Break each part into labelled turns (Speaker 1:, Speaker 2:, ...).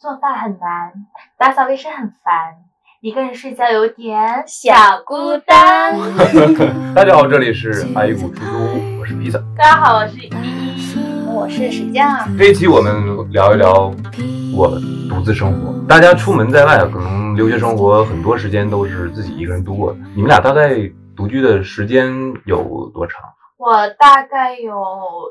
Speaker 1: 做饭很难，打扫卫生很烦，一个人睡觉有点
Speaker 2: 小孤单。
Speaker 3: 大家好，这里是爱谷出租屋，我是披萨。
Speaker 1: 大家好，我是依依。
Speaker 2: 我是水酱，
Speaker 3: 这一期我们聊一聊我独自生活。大家出门在外啊，可能留学生活很多时间都是自己一个人度过的。你们俩大概独居的时间有多长？
Speaker 1: 我大概有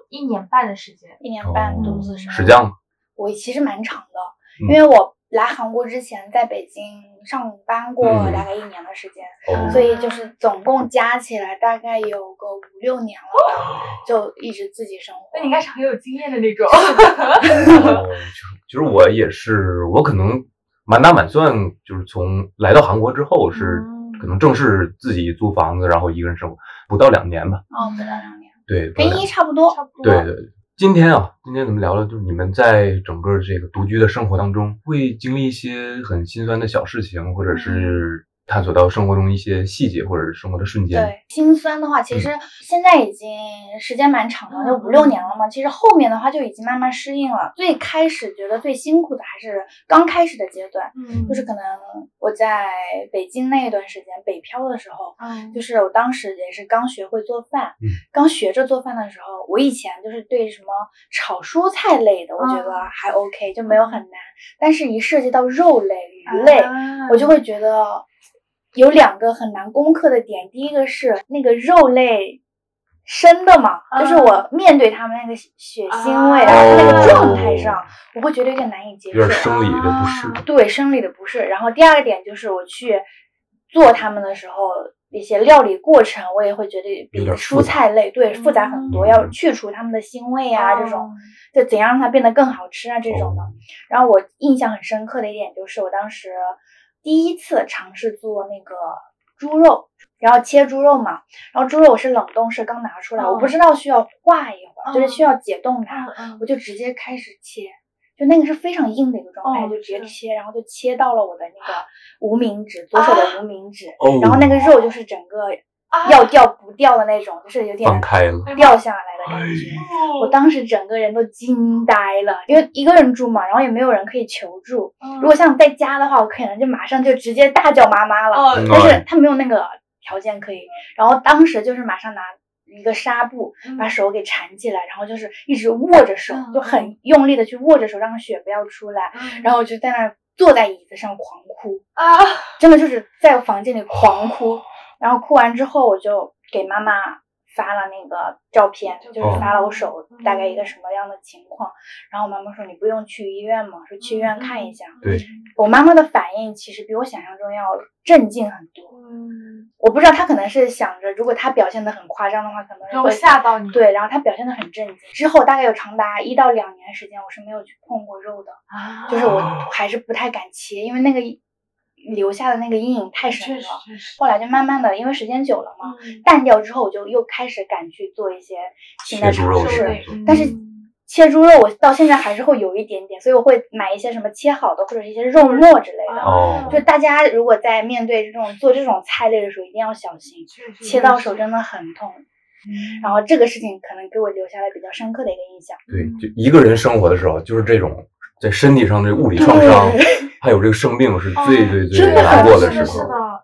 Speaker 1: 一年半的时间，
Speaker 2: 一年半独自生活。
Speaker 3: 实际上，
Speaker 2: 我其实蛮长的，
Speaker 3: 哦嗯
Speaker 2: 因为我来韩国之前在北京上班过
Speaker 3: 嗯
Speaker 2: 大概一年的时间，
Speaker 3: 哦
Speaker 2: 所以就是总共加起来大概有个五六年了吧，就一直自己生活
Speaker 1: 那。你应该是很有经验的那种。
Speaker 3: 哦其实我也是，我可能满打满算就是从来到韩国之后是
Speaker 2: 嗯
Speaker 3: 可能正式自己租房子，然后一个人生活不到两年吧。
Speaker 2: 哦，不到两年，
Speaker 3: 对，不到
Speaker 2: 跟
Speaker 3: 两
Speaker 2: 一差不多。
Speaker 1: 差不多。
Speaker 3: 对对对。今天啊，今天咱们聊聊，就是你们在整个这个独居的生活当中，会经历一些很心酸的小事情，或者
Speaker 1: 嗯
Speaker 3: 是探索到生活中一些细节，或者是生活的瞬间。
Speaker 2: 对，心酸的话，
Speaker 3: 嗯
Speaker 2: 其实现在已经时间蛮长了，就五六年了嘛。其实后面的话就已经慢慢适应了。最开始觉得最辛苦的还是刚开始的阶段，
Speaker 1: 嗯，
Speaker 2: 就是可能我在北京那一段时间北漂的时候，
Speaker 1: 嗯，
Speaker 2: 就是我当时也是刚学会做饭，
Speaker 3: 嗯
Speaker 2: 刚学着做饭的时候，我以前就是对什么炒蔬菜类的，我觉得
Speaker 1: 嗯
Speaker 2: 还 OK，、就没有很难。但是一涉及到肉类、鱼类，
Speaker 1: 啊
Speaker 2: 我就会觉得有两个很难攻克的点。第一个是那个肉类生的嘛，就是我面对它们那个血腥味，
Speaker 1: 啊
Speaker 2: 然后那个状
Speaker 3: 哦
Speaker 2: 态上，我会觉得有点难以接受，
Speaker 3: 有点生理的不适。
Speaker 1: 啊
Speaker 2: 对生理的不适。然后第二个点就是我去做它们的时候，一些料理过程，我也会觉得
Speaker 3: 有
Speaker 2: 比
Speaker 3: 点复
Speaker 2: 蔬
Speaker 3: 杂
Speaker 2: 菜类对复杂很多，
Speaker 3: 嗯
Speaker 2: 要去除它们的腥味啊、这
Speaker 1: 哦
Speaker 2: 种，就怎样让它变得更好吃啊这
Speaker 3: 哦
Speaker 2: 种的。然后我印象很深刻的一点就是我当时第一次尝试做那个猪肉。然后切猪肉嘛，然后猪肉我是冷冻室刚拿出来，我
Speaker 1: 嗯
Speaker 2: 不知道需要化一会儿，就是需
Speaker 1: 嗯
Speaker 2: 要解冻它。
Speaker 1: 嗯嗯
Speaker 2: 我就直接开始切，就那个是非常硬的一个状态，
Speaker 1: 哦
Speaker 2: 就直接
Speaker 1: 是
Speaker 2: 切，然后就切到了我的那个无名指，左手的无名指，
Speaker 3: 哦
Speaker 2: 然后那个肉就是整个
Speaker 1: 啊
Speaker 2: 要掉不掉的那种，就是有点
Speaker 3: 放开了，哎
Speaker 2: 掉下来的感觉。我当时整个人都惊呆了，因为一个人住嘛，然后也没有人可以求助。
Speaker 1: 嗯
Speaker 2: 如果像在家的话，我可能就马上就直接大叫妈妈了。
Speaker 1: 哦
Speaker 3: 嗯
Speaker 2: 但是他没有那个条件可以。然后当时就是马上拿一个纱布
Speaker 1: 嗯
Speaker 2: 把手给缠起来，然后就是一直握着手
Speaker 1: 嗯，
Speaker 2: 就很用力的去握着手，让血不要出来。然
Speaker 1: 后
Speaker 2: 后我就在那儿坐在椅子上狂哭，
Speaker 1: 啊，
Speaker 2: 真的就是在房间里狂哭。然后哭完之后，我就给妈妈发了那个照片，就是发了我手
Speaker 1: 哦
Speaker 2: 大概一个什么样的情况。然后我妈妈说：“你不用去医院嘛，说去医院
Speaker 1: 嗯
Speaker 2: 看一下。
Speaker 3: 对
Speaker 2: 我妈妈的反应其实比我想象中要镇静很多。
Speaker 1: 嗯，
Speaker 2: 我不知道他可能是想着，如果他表现的很夸张的话，可能
Speaker 1: 然后
Speaker 2: 会
Speaker 1: 吓到
Speaker 3: 嗯
Speaker 1: 你，
Speaker 2: 对，然后他表现的很震惊。之后大概有长达一到两年时间，我是没有去碰过肉的，
Speaker 1: 啊，
Speaker 2: 就是我
Speaker 3: 哦
Speaker 2: 还是不太敢切，因为那个留下的那个阴影太深
Speaker 1: 确
Speaker 2: 了
Speaker 1: 实。确实，
Speaker 2: 后来就慢慢的，因为时间久了嘛，
Speaker 1: 嗯
Speaker 2: 淡掉之后，我就又开始敢去做一些新的
Speaker 3: 切猪肉
Speaker 2: 尝
Speaker 3: 是
Speaker 2: 试
Speaker 3: 吧。
Speaker 2: 但是切猪肉，我到现在还是会有一点点，所以我会买一些什么切好的或者是一些肉末之类的。
Speaker 3: 哦
Speaker 2: 就大家如果在面对这种做这种菜类的时候，一定要小心，
Speaker 3: 嗯
Speaker 2: 切到手真的很痛。然后这个事情可能给我留下了比较深刻的一个印象。
Speaker 3: 对，
Speaker 1: 嗯
Speaker 3: 就一个人生活的时候，就是这种在身体上这物理创伤，还有这个生病是最最最
Speaker 1: 哦真的
Speaker 3: 难过
Speaker 1: 是
Speaker 3: 时
Speaker 1: 的，是
Speaker 3: 候。
Speaker 1: 的。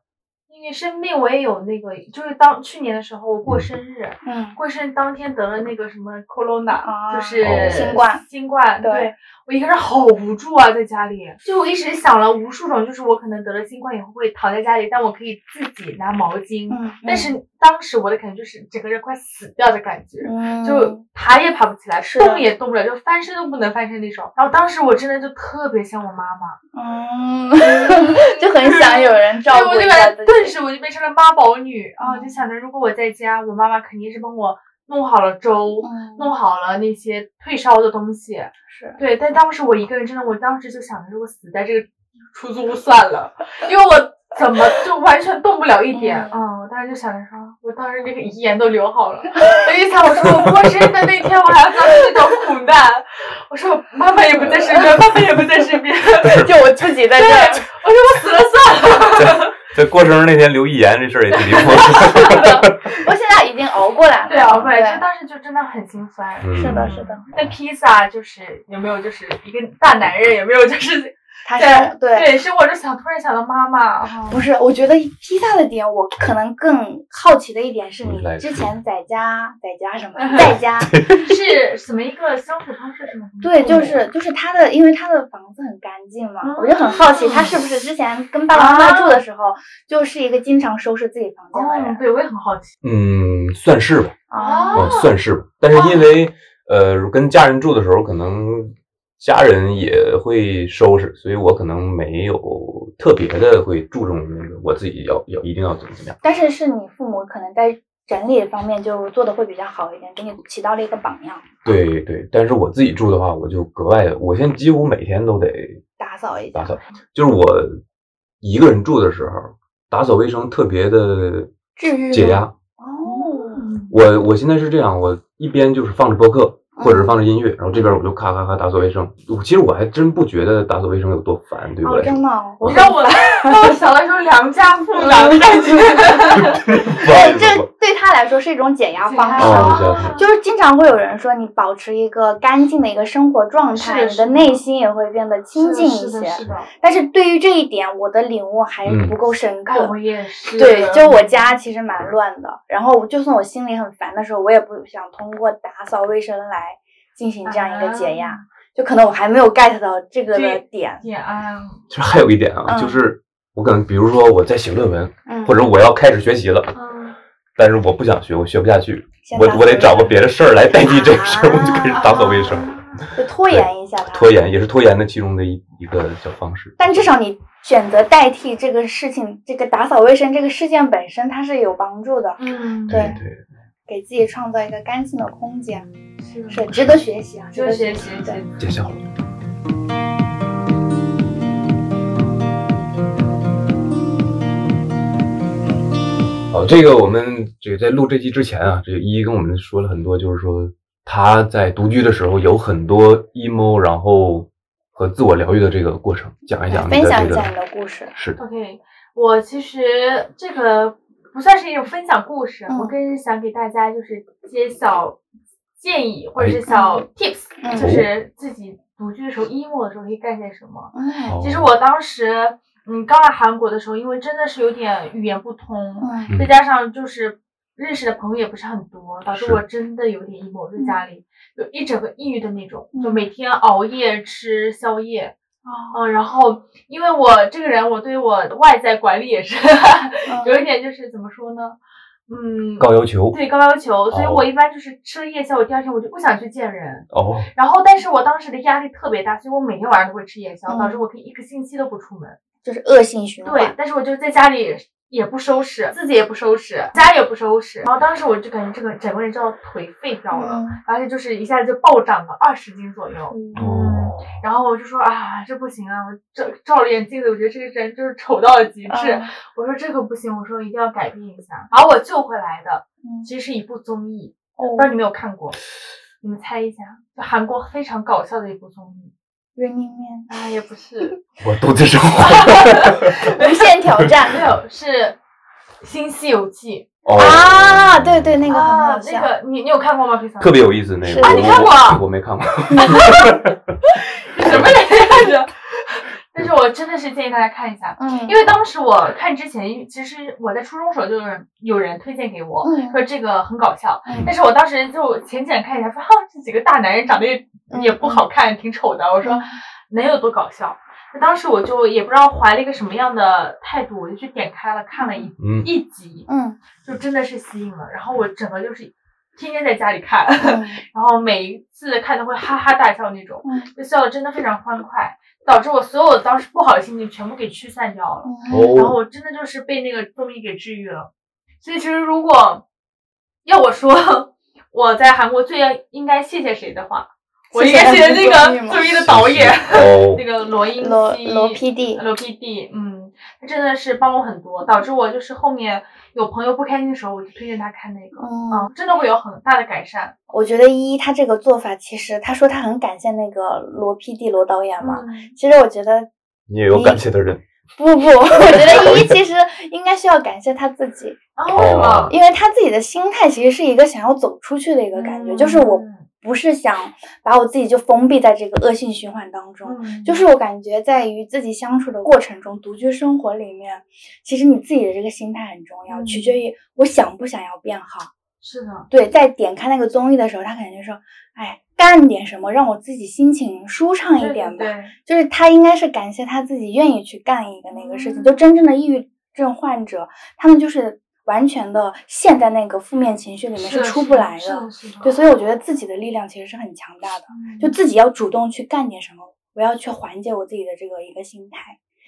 Speaker 1: 因为生病，我也有那个，就是当去年的时候，我过生日，
Speaker 2: 嗯，
Speaker 1: 过生日当天得了那个什么 corona，、
Speaker 2: 啊
Speaker 1: 就是
Speaker 3: 哦
Speaker 2: 新冠
Speaker 1: 新冠，
Speaker 2: 对
Speaker 1: 我一个人好无助啊，在家里，就我一直想了无数种，就是我可能得了新冠以后会躺在家里，但我可以自己拿毛巾。
Speaker 2: 嗯，
Speaker 1: 但是当时我的感觉就是整个人快死掉的感觉。
Speaker 2: 嗯，
Speaker 1: 就爬也爬不起来，
Speaker 2: 是的
Speaker 1: 动也动不了，就翻身都不能翻身那种。然后当时我真的就特别像我妈妈，
Speaker 2: 嗯， 就很想有人照
Speaker 1: 对，
Speaker 2: 顾
Speaker 1: 我就
Speaker 2: 一下
Speaker 1: 感觉
Speaker 2: 自己。
Speaker 1: 顿时我就变成了妈宝女啊！
Speaker 2: 嗯
Speaker 1: 就想着如果我在家，我妈妈肯定是帮我弄好了粥，
Speaker 2: 嗯，
Speaker 1: 弄好了那些退烧的东西。
Speaker 2: 是
Speaker 1: 对，但当时我一个人，真的，我当时就想着，如果死在这个出租屋算了， 因为我怎么就完全动不了一点。
Speaker 2: 嗯
Speaker 1: 嗯，我当时就想着说，我当时那个遗言都留好了。我一想，我说我过生日的那天，我还要遭这种苦难。我说妈妈也不在身边，爸爸也不在身边。
Speaker 2: 就我自己在
Speaker 1: 对，
Speaker 2: 这儿。
Speaker 1: 我说我死了算了。
Speaker 3: 在过生日那天留遗言这事儿也挺离谱。
Speaker 2: 我现在已经熬过来了，
Speaker 1: 了，会，
Speaker 2: 对
Speaker 1: 就当时就真的很心酸。
Speaker 3: 嗯
Speaker 2: 是的，是的，
Speaker 1: 那披萨就是有没有就是一个大男人有没有就是
Speaker 2: 他
Speaker 1: 在
Speaker 2: 是对。嗯
Speaker 1: 对生活中想突然想到妈妈，哦
Speaker 2: 不是，我觉得披萨的点，我可能更好奇的一点是
Speaker 3: 你来
Speaker 2: 你之
Speaker 3: 说
Speaker 2: 前在家，在家什 么，在家，
Speaker 1: 是什么一个相处方式是吗？
Speaker 2: 对，就是就是他的，因为他的房子很干净嘛，我就
Speaker 1: 哦
Speaker 2: 很好奇他是不是之前跟爸爸妈妈住的时候，就是一个经常收拾自己房间的
Speaker 1: 哦
Speaker 2: 人，啊
Speaker 1: 对，我也很好奇。
Speaker 3: 嗯，算是吧，
Speaker 1: 哦
Speaker 3: 嗯，算是吧。但是因为呃，跟家人住的时候，可能家人也会收拾，所以我可能没有特别的会注重那个我自己要要一定要怎么怎么样。
Speaker 2: 但是是你父母可能在整理方面就做的会比较好一点，给你起到了一个榜样，
Speaker 3: 对对，但是我自己住的话，我就格外的，我现在几乎每天都得
Speaker 2: 打扫一下
Speaker 3: 打。扫，就是我一个人住的时候，打扫卫生特别的
Speaker 2: 治愈
Speaker 3: 解
Speaker 2: 吗
Speaker 3: 压。
Speaker 2: 哦，
Speaker 3: 我我现在是这样，我一边就是放着播
Speaker 2: 嗯
Speaker 3: 客，或者是放着音乐，然后这边我就咔咔咔打扫卫生。我其实我还真不觉得打扫卫生有多烦，对我
Speaker 2: 哦，
Speaker 3: 来
Speaker 2: 真
Speaker 3: 说。
Speaker 2: 的哦，我
Speaker 1: 你知道我，让我想到一种良家妇郎的感觉。
Speaker 2: 对，这对他来说是一种解
Speaker 1: 啊
Speaker 2: 压方
Speaker 3: 哦
Speaker 2: 式。啊
Speaker 3: 我知道是
Speaker 2: 就是经常会有人说，你保持一个干净的一个生活状态，
Speaker 1: 是的
Speaker 2: 你
Speaker 1: 是的
Speaker 2: 的内心也会变得清静一
Speaker 1: 是的是
Speaker 2: 些。
Speaker 1: 的，
Speaker 2: 但是对于这一点，我的领悟还
Speaker 3: 嗯
Speaker 2: 不够深
Speaker 1: 哎，
Speaker 2: 刻
Speaker 1: 我。也是。
Speaker 2: 对，就我家其实蛮乱的，然后就算我心里很烦的时候，我也不想通过打扫卫生来进行这样一个解压。
Speaker 1: 啊
Speaker 2: 就可能我还没有 get 到这个的
Speaker 1: 对
Speaker 2: 点，
Speaker 1: 点啊，
Speaker 3: 其实还有一点啊，
Speaker 2: 嗯
Speaker 3: 就是我可能比如说我在写论文，
Speaker 2: 嗯，
Speaker 3: 或者我要开始学习了，
Speaker 1: 嗯，
Speaker 3: 但是我不想学，我学不下去，
Speaker 2: 先
Speaker 3: 我
Speaker 2: 打扫
Speaker 3: 我得
Speaker 2: 卫
Speaker 3: 找个
Speaker 2: 生
Speaker 3: 别的事儿来代替这个事儿，
Speaker 2: 啊
Speaker 3: 我就开始打扫卫生，
Speaker 2: 就拖延一下它。
Speaker 3: 拖延也是拖延的其中的一一个小方式。
Speaker 2: 但至少你选择代替这个事情，这个打扫卫生这个事件本身，它是有帮助的，
Speaker 1: 嗯，
Speaker 2: 对
Speaker 3: 对。
Speaker 2: 给自己创造一个干净的空间，
Speaker 1: 是的
Speaker 2: 是值得学习啊，值
Speaker 1: 就
Speaker 2: 得
Speaker 1: 是
Speaker 2: 学
Speaker 1: 学
Speaker 2: 习。
Speaker 1: 习
Speaker 2: 对
Speaker 3: 见笑了。好，哦这个我们这个在录这期之前啊，这个依依跟我们说了很多，就是说她在独居的时候有很多 emo，然后和自我疗愈的这个过程，讲一讲你
Speaker 2: 分
Speaker 3: 的
Speaker 2: 享
Speaker 3: 这
Speaker 2: 一
Speaker 3: 个
Speaker 2: 下你的故事。
Speaker 3: 是的，
Speaker 1: OK，我其实这个不算是一种分享故事，
Speaker 2: 嗯
Speaker 1: 我更是想给大家就是一些小建议或者
Speaker 3: 哎
Speaker 1: 是小 tips，、
Speaker 2: 嗯
Speaker 1: 就是自己独居的时候 emo 的时候可以干些什么。
Speaker 2: 嗯
Speaker 3: 哦
Speaker 1: 其实我当时嗯刚来韩国的时候，因为真的是有点语言不通，
Speaker 2: 嗯
Speaker 1: 再加上就是。认识的朋友也不是很多，导致
Speaker 3: 是
Speaker 1: 我真的有点 emo，在家里就一整个抑郁的那种，就
Speaker 2: 嗯
Speaker 1: 每天熬夜吃宵夜，
Speaker 2: 哦，
Speaker 1: 嗯，然后因为我这个人，我对我外在管理也是 有一点就是怎么说呢，嗯，
Speaker 3: 高要求
Speaker 1: 对高要求，所以
Speaker 3: 哦
Speaker 1: 我一般就是吃了夜宵，我第二天我就不想去见人。
Speaker 3: 哦，
Speaker 1: 然后，但是我当时的压力特别大，所以我每天晚上都会吃夜宵，导致
Speaker 2: 嗯
Speaker 1: 我可以一个星期都不出门。
Speaker 2: 就是恶性循
Speaker 1: 对
Speaker 2: 环。，嗯
Speaker 1: 但是我就在家里也不收拾，自己也不收拾，家也不收拾。然后当时我就感觉这个整个人就要颓废掉了，
Speaker 2: 嗯
Speaker 1: 而且就是一下子就暴涨了二十斤左右。
Speaker 3: 哦，
Speaker 1: 然后我就说啊，这不行啊！我照照了眼镜子，我觉得这个人就是丑到了极致。
Speaker 2: 嗯
Speaker 1: 我说这个不行，我说一定要改变一下。把我救回来的，
Speaker 2: 嗯
Speaker 1: 其实是一部综艺，不知道
Speaker 2: 哦，
Speaker 1: 你们有看过？你们猜一下，就韩国非常搞笑的一部综艺。
Speaker 2: Running Man，
Speaker 1: 啊，也不是，
Speaker 3: 我独自 生活
Speaker 2: 无限 挑
Speaker 1: 没
Speaker 2: 战。
Speaker 1: 有，是《新西游记
Speaker 3: 哦，
Speaker 2: 啊，对对，那》个很
Speaker 1: 啊
Speaker 2: 好，笑。
Speaker 1: 那个你你有看过吗？皮草
Speaker 3: 特别有意思那
Speaker 2: 是
Speaker 3: 个，
Speaker 2: 啊
Speaker 1: 你看过啊
Speaker 3: 我没看过，
Speaker 1: 什么来着？ 但是我真的是建议大家看一下，
Speaker 2: 嗯，
Speaker 1: 因为当时我看之前，其实我在初中时候就有人有人推荐给我，
Speaker 2: 嗯
Speaker 1: 说这个很搞笑，
Speaker 3: 嗯
Speaker 1: 但是我当时就浅浅看一下，说哈、这几个大男人长得也
Speaker 2: 嗯
Speaker 1: 也不好看，挺丑的，我说
Speaker 2: 嗯
Speaker 1: 能有多搞笑？那当时我就也不知道怀了一个什么样的态度，我就去点开了看了一
Speaker 3: 嗯，
Speaker 1: 一集，
Speaker 2: 嗯
Speaker 1: 就真的是吸引了，然后我整个就是天天在家里看，
Speaker 2: 嗯
Speaker 1: 然后每一次看都会哈哈大笑那种，
Speaker 2: 嗯
Speaker 1: 就笑的真的非常欢快，导致我所有当时不好的心情全部给驱散掉了。
Speaker 2: 嗯，
Speaker 1: 然后
Speaker 3: 哦，
Speaker 1: 我真的就是被那个综艺给治愈了。所以其实如果要我说 我在韩国最应该谢谢谁的话，我应该谢谢那个综艺的导演，
Speaker 3: 哦
Speaker 1: 那，个罗英
Speaker 2: 罗
Speaker 1: 熙
Speaker 2: 罗 PD，
Speaker 1: 罗 PD，嗯，他真的是帮我很多，导致我就是后面有朋友不开心的时候，我就推荐他看那个，
Speaker 2: 嗯，
Speaker 1: 嗯，真的会有很大的改善。
Speaker 2: 我觉得依依她这个做法，其实她说她很感谢那个罗 PD 罗导演嘛，
Speaker 1: 嗯
Speaker 2: 其实我觉得
Speaker 3: 你也有感谢的人，
Speaker 2: 不 不，我觉得依依其实应该是要感谢他自己，
Speaker 1: 啊，为什么？
Speaker 2: 因为他自己的心态其实是一个想要走出去的一个
Speaker 1: 嗯
Speaker 2: 感觉，就是我不是想把我自己就封闭在这个恶性循环当中，
Speaker 1: 嗯
Speaker 2: 就是我感觉在与自己相处的过程中，独居生活里面，其实你自己的这个心态很重要，
Speaker 1: 嗯
Speaker 2: 取决于我想不想要变好。
Speaker 1: 是的，
Speaker 2: 对，在点开那个综艺的时候，他肯定说，哎，干点什么让我自己心情舒畅一点吧。
Speaker 1: 对，
Speaker 2: 就是他应该是感谢他自己愿意去干一个那个事情。
Speaker 1: 嗯
Speaker 2: 就真正的抑郁症患者，他们就是完全的陷在那个负面情绪里面，
Speaker 1: 是的
Speaker 2: 出不来
Speaker 1: 是的，
Speaker 2: 的。
Speaker 1: 是的，
Speaker 2: 对，所以我觉得自己的力量其实是很强大的，
Speaker 1: 嗯
Speaker 2: 就自己要主动去干点什么，我要去缓解我自己的这个一个心态。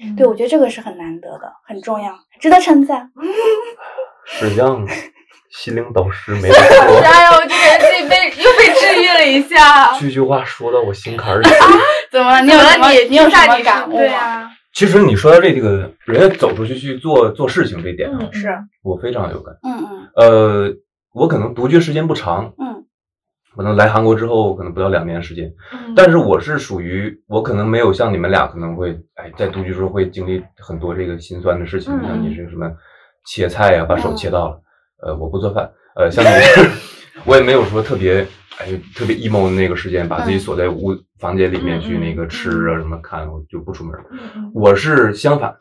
Speaker 1: 嗯
Speaker 2: 对，我觉得这个是很难得的，很重要，值得称赞。
Speaker 3: 是让心灵导师没
Speaker 1: 得
Speaker 3: 说，
Speaker 1: 哎呀，我就感觉自己被又被治愈了一 下。
Speaker 3: 句句话说到我心坎儿里。
Speaker 2: 怎么啊了？你有
Speaker 1: 怎
Speaker 2: 什
Speaker 1: 么
Speaker 2: 么？
Speaker 1: 你
Speaker 2: 你有
Speaker 1: 听
Speaker 2: 什
Speaker 1: 下
Speaker 2: 么
Speaker 1: 你
Speaker 2: 感
Speaker 1: 是
Speaker 2: 悟
Speaker 1: 对
Speaker 2: 吗？
Speaker 1: 啊，
Speaker 3: 其实你说到这这个人家走出去去做做事情这一点上，
Speaker 1: 嗯
Speaker 2: 啊是，
Speaker 3: 我非常有感。
Speaker 2: 嗯嗯
Speaker 3: 呃，我可能独居时间不长，
Speaker 2: 嗯
Speaker 3: 可能来韩国之后可能不到两年时间，
Speaker 1: 嗯
Speaker 3: 但是我是属于我可能没有像你们俩可能会哎在独居时候会经历很多这个心酸的事情，
Speaker 1: 嗯
Speaker 3: 像你是什么切菜啊呀、把手切到了，呃，我不做饭，呃， 像你，我也没有说特别哎特别 emo 的那个时间，把自己
Speaker 2: 嗯
Speaker 3: 锁在屋房间里面去
Speaker 1: 嗯嗯
Speaker 3: 那个
Speaker 1: 嗯
Speaker 3: 吃啊什么看，我就不出门。
Speaker 1: 嗯
Speaker 3: 我是相反，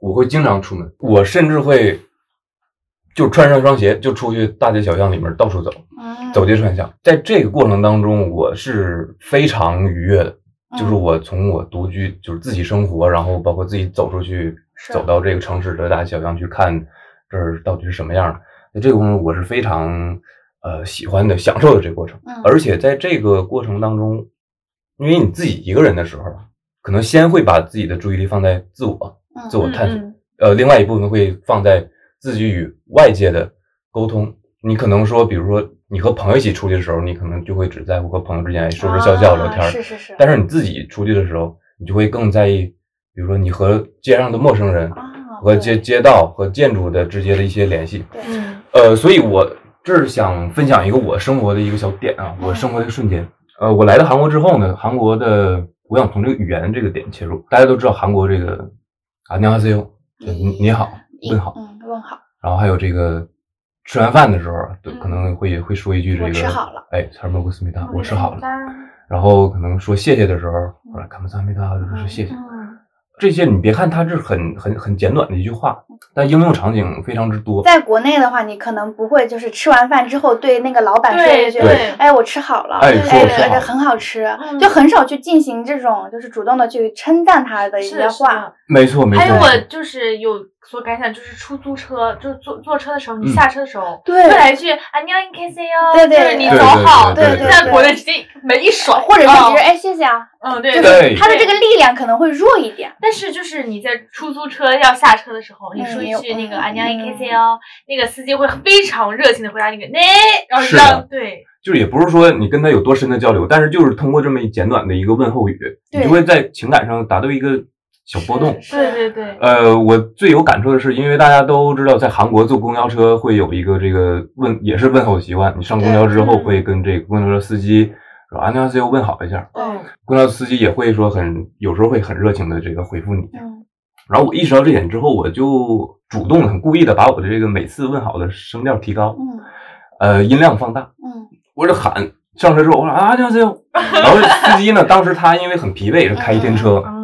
Speaker 3: 我会经常出门，我甚至会就穿上双鞋就出去大街小巷里面到处走，
Speaker 2: 嗯，
Speaker 3: 走街串巷。在这个过程当中，我是非常愉悦的，就是
Speaker 2: 嗯
Speaker 3: 我从我独居，就是自己生活，然后包括自己走出去，
Speaker 2: 是
Speaker 3: 走到这个城市的大街小巷去看这儿到底是什么样的。在这个过程中，我是非常呃喜欢的，享受的这个过程。
Speaker 2: 嗯
Speaker 3: 而且在这个过程当中，因为你自己一个人的时候，可能先会把自己的注意力放在自我、
Speaker 2: 嗯
Speaker 3: 自我探索，
Speaker 1: 嗯
Speaker 3: 呃，另外一部分会放在自己与外界的沟通。你可能说，比如说你和朋友一起出去的时候，你可能就会只在乎和朋友之间哎说说笑笑、聊天
Speaker 2: 啊
Speaker 3: 儿，
Speaker 2: 是是是。
Speaker 3: 但是你自己出去的时候，你就会更在意，比如说你和街上的陌生人、
Speaker 2: 啊，
Speaker 3: 和
Speaker 2: 对
Speaker 3: 街街道和建筑的之间的一些联系。
Speaker 2: 对
Speaker 1: 嗯
Speaker 3: 呃，所以我这儿想分享一个我生活的一个小点啊，我生活的瞬间。呃，我来到韩国之后呢，韩国的我想从这个语言这个点切入。大家都知道韩国这个啊，你好 C U，你你好，问好。
Speaker 2: 嗯，问好，
Speaker 3: 然后还有这个吃完饭的时候啊，对，
Speaker 1: 嗯
Speaker 3: 可能会会说一句这个，
Speaker 2: 我吃好了，
Speaker 3: 哎，잘먹었습니다，我吃好了。
Speaker 1: 嗯
Speaker 3: 然后可能说谢谢的时候，我来看不上没他，啊就是说谢谢。
Speaker 1: 嗯
Speaker 2: 嗯
Speaker 3: 这些你别看它是很很很简短的一句话，但应用场景非常之多。
Speaker 2: 在国内的话，你可能不会就是吃完饭之后对那个老板说
Speaker 1: 对
Speaker 2: 一句
Speaker 1: 对
Speaker 2: “哎，我吃好了”，
Speaker 3: 哎
Speaker 2: 对
Speaker 1: 说我吃
Speaker 2: 哎
Speaker 3: 好了
Speaker 2: 很好吃
Speaker 1: 嗯，
Speaker 2: 就很少去进行这种就是主动的去称赞他的一
Speaker 1: 是
Speaker 2: 些
Speaker 1: 的，是的
Speaker 2: 话。
Speaker 3: 没错，没错。
Speaker 1: 还有
Speaker 3: 没错
Speaker 1: 我就是有所感想，就是出租车，就是坐坐车的时候，你
Speaker 3: 嗯
Speaker 1: 下车的时候，
Speaker 2: 对
Speaker 1: 就来一句啊，你要 n k c 哦，
Speaker 2: 对对
Speaker 1: 就是你
Speaker 3: 对
Speaker 1: 走
Speaker 3: 对
Speaker 1: 好，
Speaker 3: 对
Speaker 2: 对对
Speaker 1: 在
Speaker 2: 对
Speaker 1: 国内直接门一甩，
Speaker 2: 或者是
Speaker 1: 嗯
Speaker 2: 其实哎谢谢啊，
Speaker 1: 嗯
Speaker 2: 就
Speaker 1: 对
Speaker 2: 是
Speaker 3: 对
Speaker 2: 他的这个力量可能会弱一点，
Speaker 1: 但是就是你在出租车要下车的时候，你
Speaker 2: 嗯
Speaker 1: 说
Speaker 2: 没
Speaker 1: 一
Speaker 2: 有
Speaker 1: 句那个
Speaker 2: 嗯
Speaker 1: 안녕
Speaker 2: 嗯
Speaker 1: 히 k 세요，那哦个司机会非常热情的回答你个네，然后
Speaker 3: 是啊
Speaker 1: 让
Speaker 3: 的
Speaker 1: 对
Speaker 3: 就是也不是说你跟他有多深的交流，但是就是通过这么一简短的一个问候语，
Speaker 2: 对
Speaker 3: 你就会在情感上达到一个小波动。
Speaker 2: 是
Speaker 1: 对对对，
Speaker 3: 呃，我最有感触的是，因为大家都知道，在韩国坐公交车会有一个这个问，也是问候习惯。你上公交之后
Speaker 2: 嗯
Speaker 1: 对
Speaker 3: 会跟这个公交车司机说“안녕하세요”问好一下，
Speaker 1: 嗯
Speaker 3: 公交车司机也会说很，有时候会很热情的这个回复你。
Speaker 2: 嗯，
Speaker 3: 然后我意识到这点之后，我就主动地很故意的把我的这个每次问好的声调提高，
Speaker 2: 嗯
Speaker 3: 呃，音量放大，
Speaker 2: 嗯
Speaker 3: 我就喊上车之后，我说啊，这 样然后司机呢，当时他因为很疲惫，是开一天车，
Speaker 2: 哦
Speaker 1: 嗯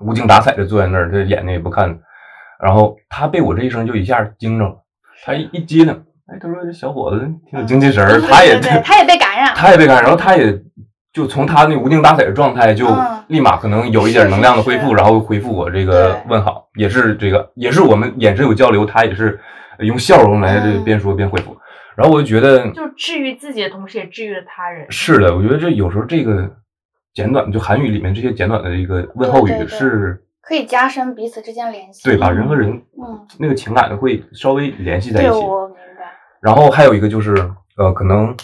Speaker 3: 无精打采的坐在那儿，这眼睛也不看。然后他被我这一声就一下惊着了，他一一激灵，哎，他说这小伙子挺有精气神儿，
Speaker 2: 嗯
Speaker 3: 他也
Speaker 2: 对对对他也被感染，
Speaker 3: 他也被感染，然后他也就从他那无精打采的状态，就
Speaker 2: 嗯
Speaker 3: 立马可能有一点能量的恢复，
Speaker 2: 是是是
Speaker 3: 然后回复我这个
Speaker 2: 对
Speaker 3: 问好，也是这个，也是我们眼神有交流，他也是用笑容来这
Speaker 2: 嗯
Speaker 3: 边说边回复，然后我就觉得
Speaker 1: 就治愈自己的同时也治愈了他人，
Speaker 3: 是的，我觉得这有时候这个简短，就韩语里面这些简短的一个问候
Speaker 2: 对对对
Speaker 3: 语是
Speaker 2: 可以加深彼此之间的联系，
Speaker 3: 对把人和人
Speaker 2: 嗯，
Speaker 3: 那个情感会稍微联系在一
Speaker 2: 对
Speaker 3: 起。
Speaker 2: 我明白，
Speaker 3: 然后还有一个就是，呃，可能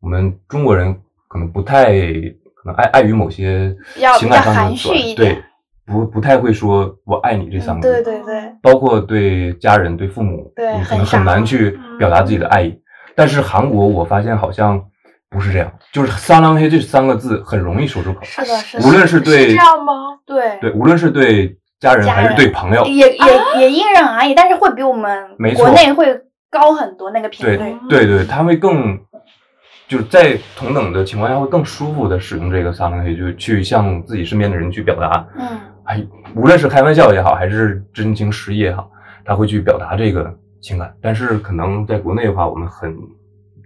Speaker 3: 我们中国人可能不太可能碍碍于某些
Speaker 2: 要
Speaker 3: 情感
Speaker 2: 比较
Speaker 3: 上的
Speaker 2: 含蓄一
Speaker 3: 对
Speaker 2: 点，
Speaker 3: 不不太会说“我爱你”这三
Speaker 2: 嗯
Speaker 3: 个
Speaker 2: 对
Speaker 3: 字，
Speaker 2: 对对，
Speaker 3: 包括对家人、对父母，嗯
Speaker 2: 对
Speaker 3: 你可
Speaker 2: 很
Speaker 3: 能
Speaker 2: 少嗯
Speaker 3: 很难去表达自己的爱意。但是韩国，我发现好像不是这样，就是“撒浪嘿”这三个字很容易说出口，
Speaker 2: 是的是的，
Speaker 3: 无论是对
Speaker 1: 这样吗？
Speaker 2: 对
Speaker 3: 对，无论是对家人还是对朋友，
Speaker 2: 也也也因人而异，但是会比我们
Speaker 3: 哦没错
Speaker 2: 国内会高很多那个频
Speaker 3: 对
Speaker 2: 率。
Speaker 3: 对对，他会更就是在同等的情况下会更舒服的使用这个萨满语，就去向自己身边的人去表达，
Speaker 2: 嗯
Speaker 3: 哎，无论是开玩笑也好，还是真情实意也好，他会去表达这个情感。但是可能在国内的话，我们很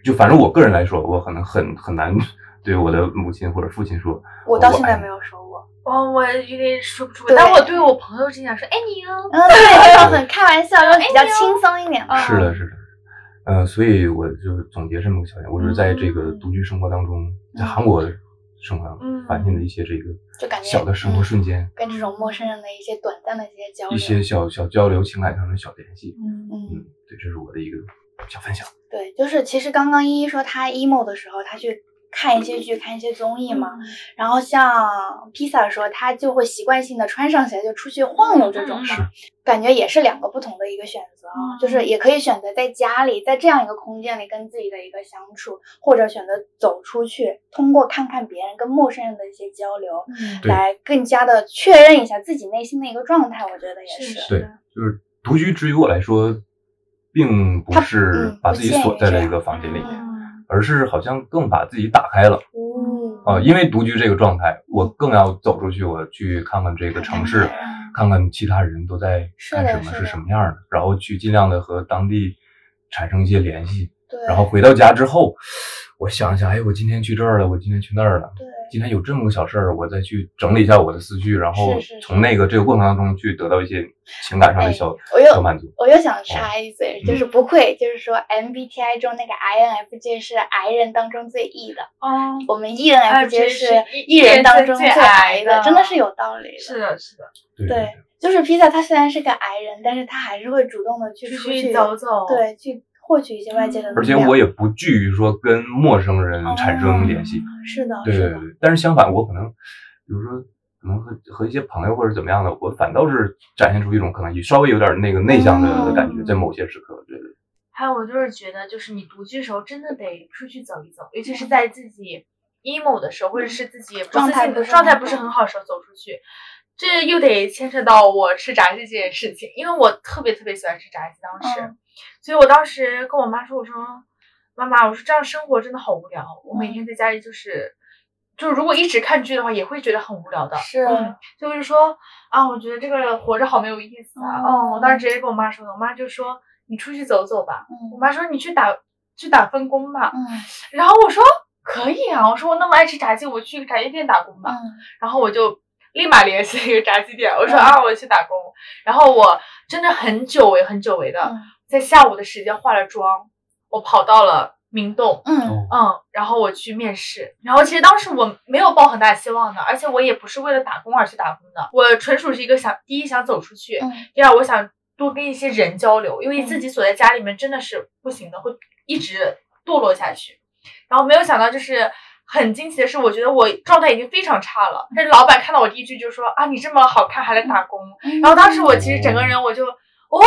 Speaker 3: 就反正我个人来说，我可能很很难对我的母亲或者父亲说，
Speaker 2: 我到现
Speaker 3: 哎
Speaker 2: 在没有说过。
Speaker 1: 哦，我有点说不出。
Speaker 2: 对
Speaker 1: 但我对我朋友之前说，哎你哦，
Speaker 2: 嗯，哎对，这种很开玩笑，然后比较轻松一点。
Speaker 1: 啊
Speaker 3: 是的，是的。呃，所以我就总结这么个小点，我是在这个
Speaker 2: 嗯
Speaker 3: 独居生活当中，在韩国的生活当中
Speaker 1: 嗯
Speaker 3: 发现的一些这个
Speaker 2: 就嗯感觉嗯
Speaker 3: 小的生活瞬间，
Speaker 2: 跟这种陌生人的一些短暂的一些交流，
Speaker 3: 一些小小交流、情感上的小联系。
Speaker 1: 嗯，
Speaker 2: 嗯
Speaker 3: 嗯，对，这是我的一个小分享。
Speaker 2: 对，就是其实刚刚依依说她 emo 的时候，她去看一些剧、看一些综艺嘛。？然后像披萨说，她就会习惯性的穿上鞋就出去晃悠这种
Speaker 1: 嗯
Speaker 2: 嘛，
Speaker 3: 是
Speaker 2: 感觉也是两个不同的一个选择
Speaker 1: 嗯
Speaker 2: 啊。就是也可以选择在家里，在这样一个空间里跟自己的一个相处，或者选择走出去，通过看看别人跟陌生人的一些交流，
Speaker 1: 嗯
Speaker 3: 对
Speaker 2: 来更加的确认一下自己内心的一个状态。我觉得也
Speaker 1: 是
Speaker 2: 是，
Speaker 3: 对就是独居，对于我来说，并不
Speaker 2: 它
Speaker 3: 是
Speaker 2: 嗯
Speaker 3: 把
Speaker 2: 不
Speaker 3: 自己
Speaker 2: 限
Speaker 3: 锁
Speaker 2: 于
Speaker 3: 在
Speaker 2: 这
Speaker 3: 了一
Speaker 2: 样
Speaker 3: 个房间里，
Speaker 1: 嗯
Speaker 3: 而是好像更把自己打开了
Speaker 2: 嗯
Speaker 3: 啊、因为独居这个状态，我更要走出去，我去看看这个城市，看看其他人都在
Speaker 2: 嗯是
Speaker 3: 干
Speaker 2: 的
Speaker 3: 什么，
Speaker 2: 是
Speaker 3: 是
Speaker 2: 的
Speaker 3: 什么样的，然后去尽量的和当地产生一些联系。
Speaker 2: 对，
Speaker 3: 然后回到家之后，我想想，哎，我今天去这儿了，我今天去那儿了，
Speaker 2: 对。
Speaker 3: 今天有这么个小事儿，我再去整理一下我的思绪，然后
Speaker 2: 是是
Speaker 3: 从那个这个过程当中去得到一些情感上
Speaker 2: 哎
Speaker 3: 的小、
Speaker 2: 我又
Speaker 3: 小满足。
Speaker 2: 我又想插一嘴，
Speaker 3: 嗯
Speaker 2: 就是不愧，就是说 MBTI 中那个 INFJ 是 I 人当中最 E 的，
Speaker 1: 哦，
Speaker 2: 我们 ENFJ 是
Speaker 1: E
Speaker 2: E
Speaker 1: 人
Speaker 2: 人
Speaker 1: 当
Speaker 2: 当
Speaker 1: 中
Speaker 2: 中
Speaker 1: 最
Speaker 2: 最
Speaker 1: I 的
Speaker 2: I 的，真的是有道理的。
Speaker 1: 是的，是的，
Speaker 3: 对
Speaker 2: 对就是披萨，他虽然是个 I 人，但是他还是会主动的去
Speaker 1: 出
Speaker 2: 出
Speaker 1: 去走走，，
Speaker 2: 对，去获取一些外界的能
Speaker 3: 嗯而且
Speaker 2: 量。
Speaker 3: 我也不惧于说跟陌生人产生联系。
Speaker 2: 是的，
Speaker 3: 对对
Speaker 2: 哦是的
Speaker 3: 对，，对但是相反，我可能比如说。可能和和一些朋友或者怎么样的，我反倒是展现出一种可能也稍微有点那个内向的
Speaker 2: 哦
Speaker 3: 的感觉，
Speaker 1: 嗯
Speaker 3: 在某些时刻，对对
Speaker 1: 还有我就是觉得，就是你独居的时候，真的得出去走一走，尤其是在自己 emo 的时候，或者是自己不
Speaker 2: 状
Speaker 1: 自
Speaker 2: 态
Speaker 1: 信
Speaker 2: 不
Speaker 1: 的
Speaker 2: 是
Speaker 1: 状态
Speaker 2: 很
Speaker 1: 不是
Speaker 2: 好
Speaker 1: 很好的时候走出去。这又得牵扯到我吃炸鸡这件事情，因为我特别特别喜欢吃炸鸡，当时，
Speaker 2: 嗯
Speaker 1: 所以我当时跟我妈说，我说妈妈，我说这样生活真的好无聊，我每
Speaker 2: 嗯
Speaker 1: 天在家里就是，就是如果一直看剧的话，也会觉得很无聊的。
Speaker 2: 是
Speaker 1: 嗯就是说啊，我觉得这个活着好没有意思啊。
Speaker 2: 哦
Speaker 1: 哦，我当时直接跟我妈说的，我妈就说你出去走走吧。我
Speaker 2: 嗯
Speaker 1: 妈说你去打去打份工吧。
Speaker 2: 嗯
Speaker 1: 然后我说可以啊，我说我那么爱吃炸鸡，我去炸鸡店打工吧。
Speaker 2: 嗯，
Speaker 1: 然后我就立马联系了一个炸鸡店，我说、
Speaker 2: 嗯
Speaker 1: 啊，我去打工。然后我真的很久违很久违的，
Speaker 2: 嗯
Speaker 1: 在下午的时间化了妆，我跑到了明洞。
Speaker 3: 哦
Speaker 2: 嗯，
Speaker 1: 嗯，然后我去面试，然后其实当时我没有抱很大希望的，而且我也不是为了打工而去打工的，我纯属是一个想，第一想走出去，
Speaker 2: 嗯
Speaker 1: 第二我想多跟一些人交流，因为
Speaker 2: 嗯
Speaker 1: 自己锁在家里面真的是不行的，会一直堕落下去。然后没有想到就是。很惊奇的是，我觉得我状态已经非常差了，但是老板看到我第一句就说啊，你这么好看还来打工，
Speaker 2: 嗯
Speaker 1: 然后当时我其实整个人我就哦，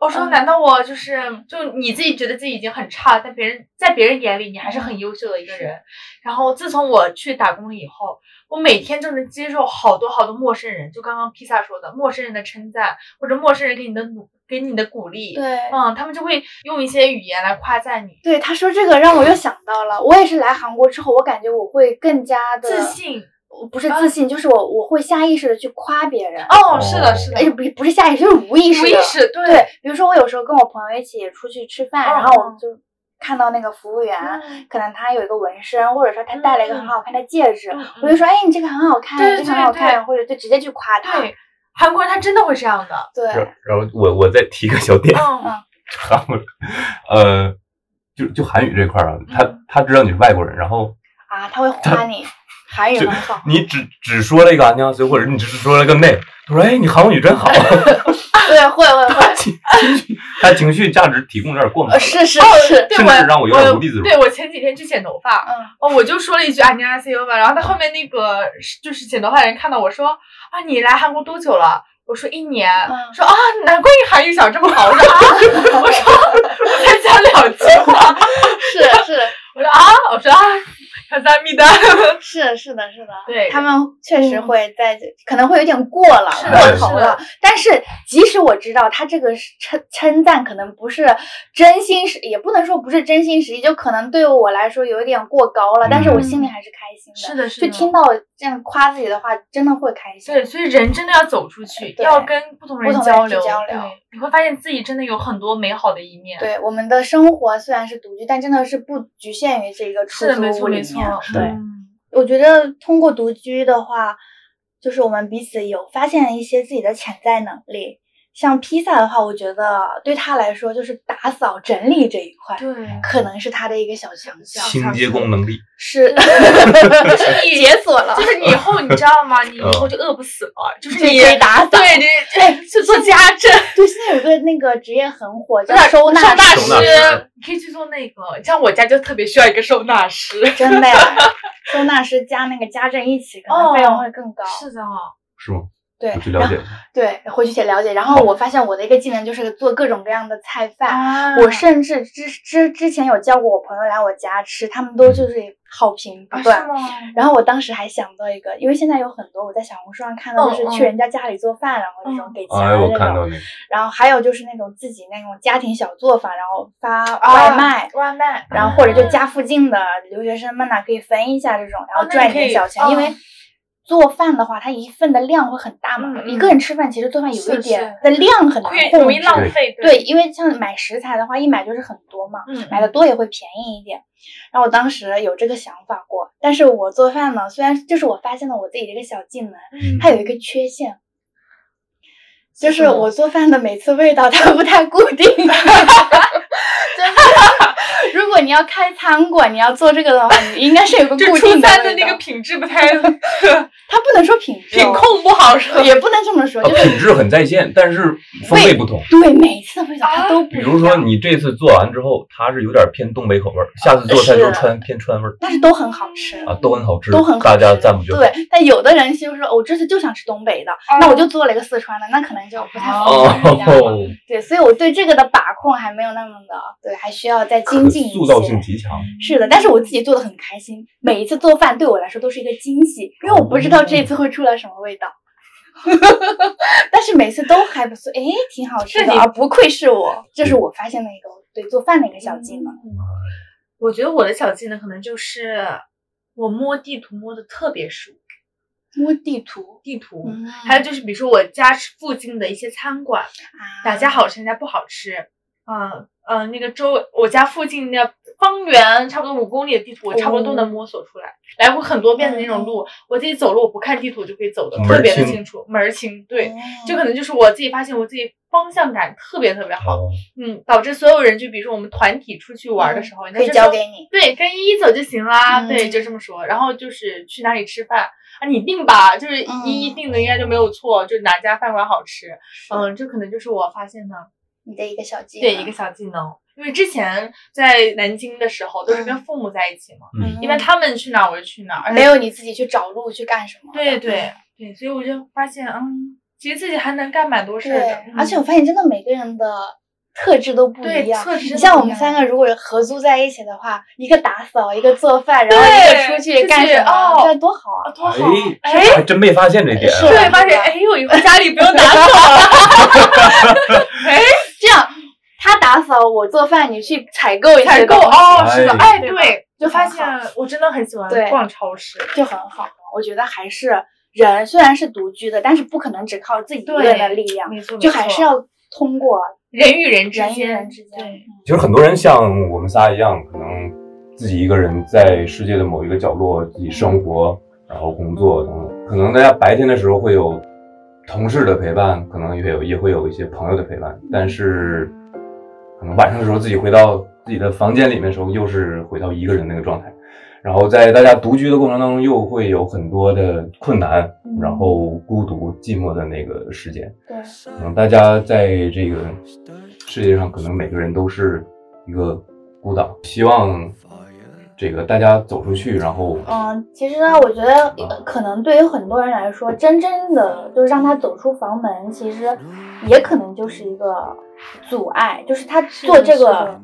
Speaker 1: 我说
Speaker 2: 嗯
Speaker 1: 难道我就是就你自己觉得自己已经很差了，但别人在别人眼里你还是很优秀的一个人。然后自从我去打工了以后，我每天就能接受好多好多陌生人，就刚刚披萨说的陌生人的称赞，或者陌生人给你的努给你的鼓励。
Speaker 2: 对，
Speaker 1: 嗯，他们就会用一些语言来夸赞你，
Speaker 2: 对，他说这个让我又想到了，我也是来韩国之后，我感觉我会更加的
Speaker 1: 自，信。哦
Speaker 2: 我不是自信，就是我我会下意识的去夸别人，
Speaker 1: 哦，是的，是的，
Speaker 2: 哎，不是不是下意识，就是无意识
Speaker 1: 无
Speaker 2: 的，
Speaker 1: 意识，对
Speaker 2: 对，比如说我有时候跟我朋友一起出去吃饭，然后我
Speaker 1: 嗯
Speaker 2: 们就看到那个服务员，
Speaker 1: 嗯
Speaker 2: 可能他有一个纹身，或者说他戴了一个很
Speaker 1: 嗯
Speaker 2: 好看的戒指，
Speaker 1: 嗯
Speaker 2: 我就说，哎，你这个很好看，
Speaker 1: 对
Speaker 2: 你这个
Speaker 1: 对
Speaker 2: 很好
Speaker 1: 对
Speaker 2: 看，或者就直接去夸他，
Speaker 1: 对，韩国人他真的会这样的。
Speaker 2: 对
Speaker 3: 然然后我我再提个小点，
Speaker 1: 嗯
Speaker 3: 韩国人，呃，就就韩语这块儿
Speaker 2: 嗯
Speaker 3: 啊，他他知道你是外国人，然后
Speaker 2: 啊，他会夸你，韩语
Speaker 3: 就
Speaker 2: 很好，
Speaker 3: 你只只说了一个安尼所以或者你只是说了个内，他说哎，你韩语真好，
Speaker 2: 对，会会会，
Speaker 3: 他情绪价值提供有点过 猛
Speaker 2: 呃
Speaker 3: 了，
Speaker 2: 是是
Speaker 1: 哦
Speaker 2: 是，
Speaker 1: 对
Speaker 3: 甚
Speaker 1: 我
Speaker 3: 至让我有点无地自容
Speaker 1: 对我前几天去剪头发，
Speaker 2: 嗯。
Speaker 1: 哦，我就说了一句啊，你来 C U 吧。然后他后面那个是就是剪头发的人看到我说啊，你来韩国多久了？我说一年。
Speaker 2: 嗯
Speaker 1: 说啊，难怪你韩语讲这么好。我说啊，我说我才讲两句话。
Speaker 2: 是是，
Speaker 1: 我说啊，我说啊，卡萨米达，
Speaker 2: 是是的，是的，
Speaker 1: 对
Speaker 2: 他们确实
Speaker 1: 嗯
Speaker 2: 会在这，可能会有点过了，
Speaker 1: 是
Speaker 3: 的
Speaker 2: 过
Speaker 1: 是
Speaker 2: 头
Speaker 1: 的
Speaker 2: 了。但是即使我知道他这个是称称赞可能不是真心实，也不能说不是真心实意，就可能对于我来说有一点过高了，但是我心里还是开心
Speaker 1: 嗯是
Speaker 2: 的。
Speaker 1: 的，是
Speaker 2: 就
Speaker 1: 的。
Speaker 2: 听到这样夸自己的话，真的会开心。
Speaker 1: 对，所以人真的要走出去，
Speaker 2: 对
Speaker 1: 要跟不同人
Speaker 2: 不同人
Speaker 1: 交
Speaker 2: 去
Speaker 1: 流，
Speaker 2: 交流
Speaker 1: 对，你会发现自己真的有很多美好的一面。，
Speaker 2: 对我们的生活虽然是独居，但真的是不局限于这个出
Speaker 1: 是的，
Speaker 2: 租
Speaker 1: 没
Speaker 2: 屋
Speaker 1: 错，
Speaker 2: 里
Speaker 1: 没错，
Speaker 2: 面。
Speaker 3: 对
Speaker 1: 嗯
Speaker 2: 我觉得通过独居的话，就是我们彼此有发现一些自己的潜在能力。像披萨的话，我觉得对他来说就是打扫整理这一块，
Speaker 1: 对，
Speaker 2: 可能是他的一个小强项。
Speaker 3: 清洁功能力，
Speaker 2: 是
Speaker 1: 你
Speaker 2: 解锁了
Speaker 1: 就，是你以后你知道
Speaker 3: 嗯
Speaker 1: 吗？你以后就饿不死了，就是
Speaker 2: 就可
Speaker 1: 你
Speaker 2: 以打扫。
Speaker 1: 对对
Speaker 2: 哎，
Speaker 1: 去做家 政，
Speaker 2: 对，现在有个那个职业很火，叫
Speaker 1: 对
Speaker 2: 收纳
Speaker 1: 收纳
Speaker 3: 收纳
Speaker 1: 师
Speaker 3: 师，
Speaker 1: 你可以去做那个。像我家就特别需要一个收纳师。
Speaker 2: 真的呀，收纳师加那个家政一起，可
Speaker 1: 哦
Speaker 2: 能费用会更高。
Speaker 1: 是的，
Speaker 3: 是吗？
Speaker 2: 对，
Speaker 3: 我去
Speaker 2: 然
Speaker 3: 了
Speaker 2: 后
Speaker 3: 解一下。
Speaker 2: 对，回去写了解。然后我发现我的一个技能就是做各种各样的菜饭。
Speaker 1: 啊
Speaker 2: 我甚至之之之前有叫过我朋友来我家吃，他们都
Speaker 3: 嗯
Speaker 2: 就是好评不
Speaker 1: 啊是
Speaker 2: 断。
Speaker 1: 吗？
Speaker 2: 然后我当时还想到一个，因为现在有很多我在小红书上看到，
Speaker 1: 嗯
Speaker 2: 就是
Speaker 1: 嗯
Speaker 2: 去人家家里做饭，然后这种
Speaker 1: 嗯
Speaker 2: 给钱
Speaker 3: 哎，
Speaker 2: 的
Speaker 3: 我
Speaker 2: 那
Speaker 3: 看到
Speaker 2: 种。
Speaker 3: 那个，
Speaker 2: 然后还有就是那种自己那种家庭小做法，然后发
Speaker 1: 啊
Speaker 2: 外卖，
Speaker 1: 外卖，
Speaker 2: 然后或者就家附近的留学生们呐可以分一下这种，
Speaker 1: 哦
Speaker 2: 然后
Speaker 1: 那
Speaker 2: 赚
Speaker 1: 你
Speaker 2: 一
Speaker 1: 可
Speaker 2: 点
Speaker 1: 以
Speaker 2: 小钱，
Speaker 1: 哦
Speaker 2: 因为。做饭的话，它一份的量会很大嘛。
Speaker 1: 嗯
Speaker 2: 一个人吃饭，其实做饭有
Speaker 1: 是
Speaker 2: 一点
Speaker 1: 是
Speaker 2: 的量很难
Speaker 1: 会
Speaker 2: 控
Speaker 1: 容易
Speaker 2: 制
Speaker 1: 浪费。
Speaker 2: 对，，因为像买食材的话，一买就是很多嘛，
Speaker 1: 嗯，
Speaker 2: 买的多也会便宜一点。然后我当时有这个想法过，但是我做饭呢，虽然就是我发现了我自己这个小技能，
Speaker 1: 嗯
Speaker 2: 它有一个缺陷，就是是
Speaker 1: 什么
Speaker 2: 我做饭的每次味道 它不太固定。就是 如果你要开餐馆，你要做这个的话，你应该是有个
Speaker 1: 就
Speaker 2: 固
Speaker 1: 初
Speaker 2: 定
Speaker 1: 三
Speaker 2: 的
Speaker 1: 的
Speaker 2: 味
Speaker 1: 那个
Speaker 2: 道。
Speaker 1: 品质不 太，
Speaker 2: 它不能说品质、
Speaker 1: 品，控哦不好是吧？
Speaker 2: 也不能这么说，
Speaker 3: 啊
Speaker 2: 就是
Speaker 3: 品质很在线，但是风味不同。
Speaker 2: 对每次的味道它都不一
Speaker 3: 比
Speaker 2: 样。
Speaker 3: 如说，你这次做完之后，它是有点偏东北口味儿，下次做菜就是川偏川味儿
Speaker 2: 但是都很好吃。
Speaker 3: 啊，都很好吃，
Speaker 2: 都很好吃
Speaker 3: 大家赞不绝口。哦
Speaker 2: 对，但有的人就是说，我这次就想吃东北的，
Speaker 1: 嗯
Speaker 2: 那我就做了一个四川的，那可能就不太符合人家了。
Speaker 3: 哦，
Speaker 2: 对，所以我对这个的把控还没有那么的，对，还需要再精
Speaker 3: 可
Speaker 2: 进一些。
Speaker 3: 塑造性极强。
Speaker 2: 是的，但是我自己做的很开心，每一次做饭对我来说都是一个惊喜，因为我不知道这一次会出来什么味道。 但是每次都还不错，哎，挺好吃
Speaker 1: 是
Speaker 2: 的
Speaker 1: 你
Speaker 2: 啊！不愧是我，这
Speaker 3: 嗯
Speaker 2: 是我发现的一个对做饭的一个小技能。
Speaker 1: 嗯。我觉得我的小技能可能就是我摸地图摸的特别熟，
Speaker 2: 摸地图，
Speaker 1: 嗯地图。
Speaker 2: 嗯，
Speaker 1: 还有就是，比如说我家附近的一些餐馆，
Speaker 2: 啊
Speaker 1: 哪家好吃，哪家不好吃。嗯嗯，那个周围我家附近的方圆差不多五公里的地图，我差不多
Speaker 2: 哦
Speaker 1: 都能摸索出来，来过很多遍的那种路。我自己走路，我不看地图我就可以走的
Speaker 3: 门儿
Speaker 1: 特别的
Speaker 3: 清
Speaker 1: 清楚，门儿清。对，
Speaker 2: 哦，
Speaker 1: 这可能就是我自己发现我自己方向感特别特别
Speaker 2: 哎
Speaker 1: 好，
Speaker 3: 哦，
Speaker 1: 嗯，导致所有人就比如说我们团体出去玩的时候，人家
Speaker 2: 哦可以
Speaker 1: 就
Speaker 2: 交
Speaker 1: 说
Speaker 2: 给你。
Speaker 1: 对，跟依依走就行啦，
Speaker 2: 嗯
Speaker 1: 对，就这么说。然后就是去哪里吃饭啊，你定吧，就是
Speaker 2: 嗯
Speaker 1: 依依定的应该就没有错，就哪家饭馆好吃，嗯，这可能就是我发现的
Speaker 2: 你的一个小技能，
Speaker 1: 对一个小技能。因为之前在南京的时候都是跟父母在一起嘛，
Speaker 3: 嗯，
Speaker 1: 一般他们去哪儿我就去哪儿，而且
Speaker 2: 嗯没有你自己去找路去干什么的。
Speaker 1: 对
Speaker 2: 嗯
Speaker 1: 对对，所以我就发现，嗯，其实自己还能干蛮多事儿
Speaker 2: 对
Speaker 1: 的，，
Speaker 2: 而且
Speaker 1: 嗯
Speaker 2: 我发现真的每个人的特质都不一
Speaker 1: 对
Speaker 2: 样。
Speaker 1: 特质
Speaker 2: 你
Speaker 1: 真
Speaker 2: 像
Speaker 1: 不
Speaker 2: 我
Speaker 1: 一
Speaker 2: 们
Speaker 1: 样
Speaker 2: 三个如果合租在一起的话，一个打扫，一个做饭，然后
Speaker 1: 对
Speaker 2: 一个出去
Speaker 1: 出
Speaker 2: 干
Speaker 1: 去
Speaker 2: 什么，
Speaker 1: 哦
Speaker 2: 这多好啊！
Speaker 1: 多好啊，
Speaker 3: 哎
Speaker 1: 哎，
Speaker 3: 还真没发现这点啊。
Speaker 2: 是
Speaker 1: 对，发现哎，我以后家里不用打扫了，
Speaker 2: 这样他打扫，我做饭，你去采购一
Speaker 1: 采
Speaker 2: 些
Speaker 1: 购
Speaker 2: 东西
Speaker 1: 哦，是的，
Speaker 3: 哎
Speaker 1: 哎，对，就
Speaker 2: 就
Speaker 1: 发
Speaker 2: 很
Speaker 1: 现
Speaker 2: 好
Speaker 1: 我真的很喜欢
Speaker 2: 对
Speaker 1: 逛超市，
Speaker 2: 就很好。我觉得还是人虽然是独居的，但是不可能只靠自己一个人的力量，
Speaker 1: 没错，
Speaker 2: 就
Speaker 1: 没
Speaker 2: 还
Speaker 1: 错
Speaker 2: 是要通过
Speaker 1: 人与人之
Speaker 2: 人与
Speaker 1: 间，
Speaker 2: 人之间。嗯
Speaker 1: 对
Speaker 3: 其实很多人像我们仨一样，可能自己一个人在世界的某一个角落自己生活，然后工作等等。可能大家白天的时候会有同事的陪伴，可能也有也会有一些朋友的陪伴，但是可能晚上的时候自己回到自己的房间里面的时候，又是回到一个人那个状态。然后在大家独居的过程当中，又会有很多的困难，然后孤独、寂寞的那个时间。
Speaker 2: 对，
Speaker 3: 嗯，大家在这个世界上，可能每个人都是一个孤岛，希望这个大家走出去，然后
Speaker 2: 嗯，其实呢，我觉得呃可能对于很多人来说，真正的就是让他走出房门，其实也可能就是一个阻碍，就是他做这
Speaker 1: 是的
Speaker 2: 个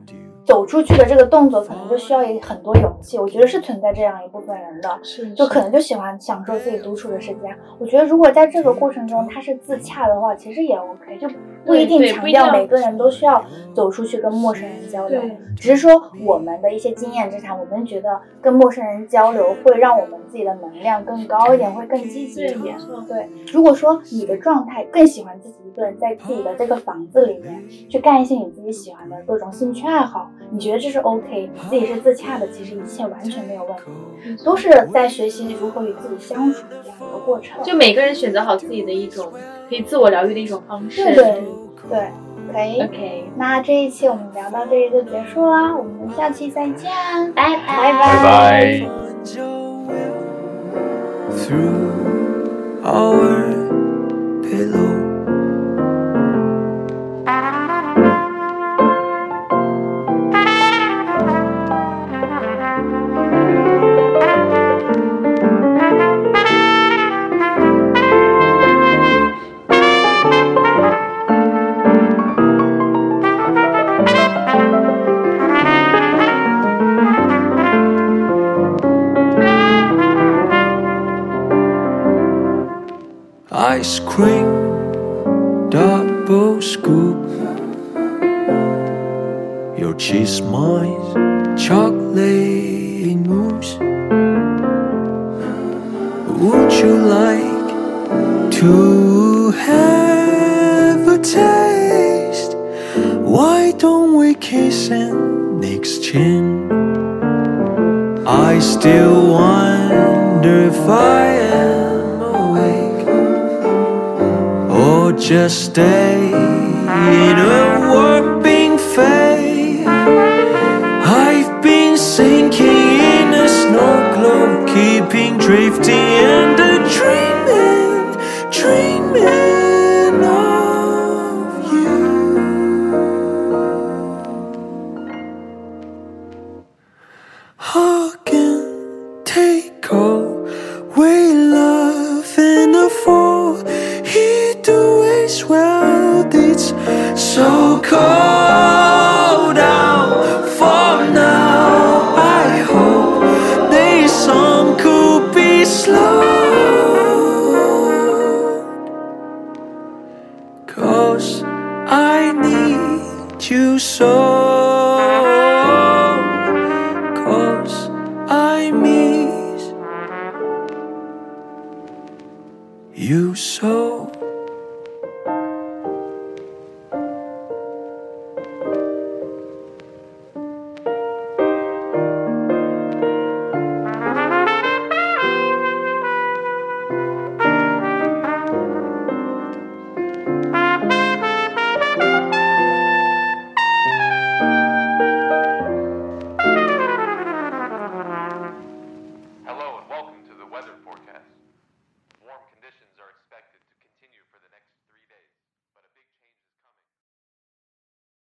Speaker 2: 走出去的这个动作，可能就需要一很多勇气。我觉得是存在这样一部分人的，
Speaker 1: 是
Speaker 2: 就可能就喜欢享受自己独处的时间。我觉得如果在这个过程中他是自洽的话，其实也 OK，就不一定
Speaker 1: 对对
Speaker 2: 强
Speaker 1: 不一定
Speaker 2: 调
Speaker 1: 要
Speaker 2: 每个人都需要走出去跟陌生人交流。
Speaker 1: 对
Speaker 2: 只是说我们的一些经验之谈，我们觉得跟陌生人交流会让我们自己的能量更高一点，会更积极
Speaker 1: 对，
Speaker 2: 一
Speaker 1: 没
Speaker 2: 点。
Speaker 1: 错，
Speaker 2: 对，如果说你的状态更喜欢自己一个人在自己的这个房子里面去干一些你自己喜欢的各种兴趣爱好，你觉得这是 OK，你自己是自洽的，其实一切完全没有问题，都是在学习如何与自己相处的这样一个过程。
Speaker 1: 就每个人选择好自己的一种可以自我疗愈的一种方式。
Speaker 2: 对对对，可以。
Speaker 1: OK，
Speaker 2: 那这一期我们聊到这里就结束啦，我们下期再见，
Speaker 1: 拜拜
Speaker 2: 拜
Speaker 3: 拜拜。
Speaker 4: find your will through our pillow. Ice cream, double scoop. Your cheese mice, chocolate mousse. Would you like to have a taste? Why don't we kiss and exchange? I still wonder if I am awake or just stay in a warping fade. I've been sinking in a snow globe, keeping drifting and dreaming, dreaming of you. How can take away love in a fall? He do as well. It's so cold out for now. I hope this song could be slow. Cause I need you so.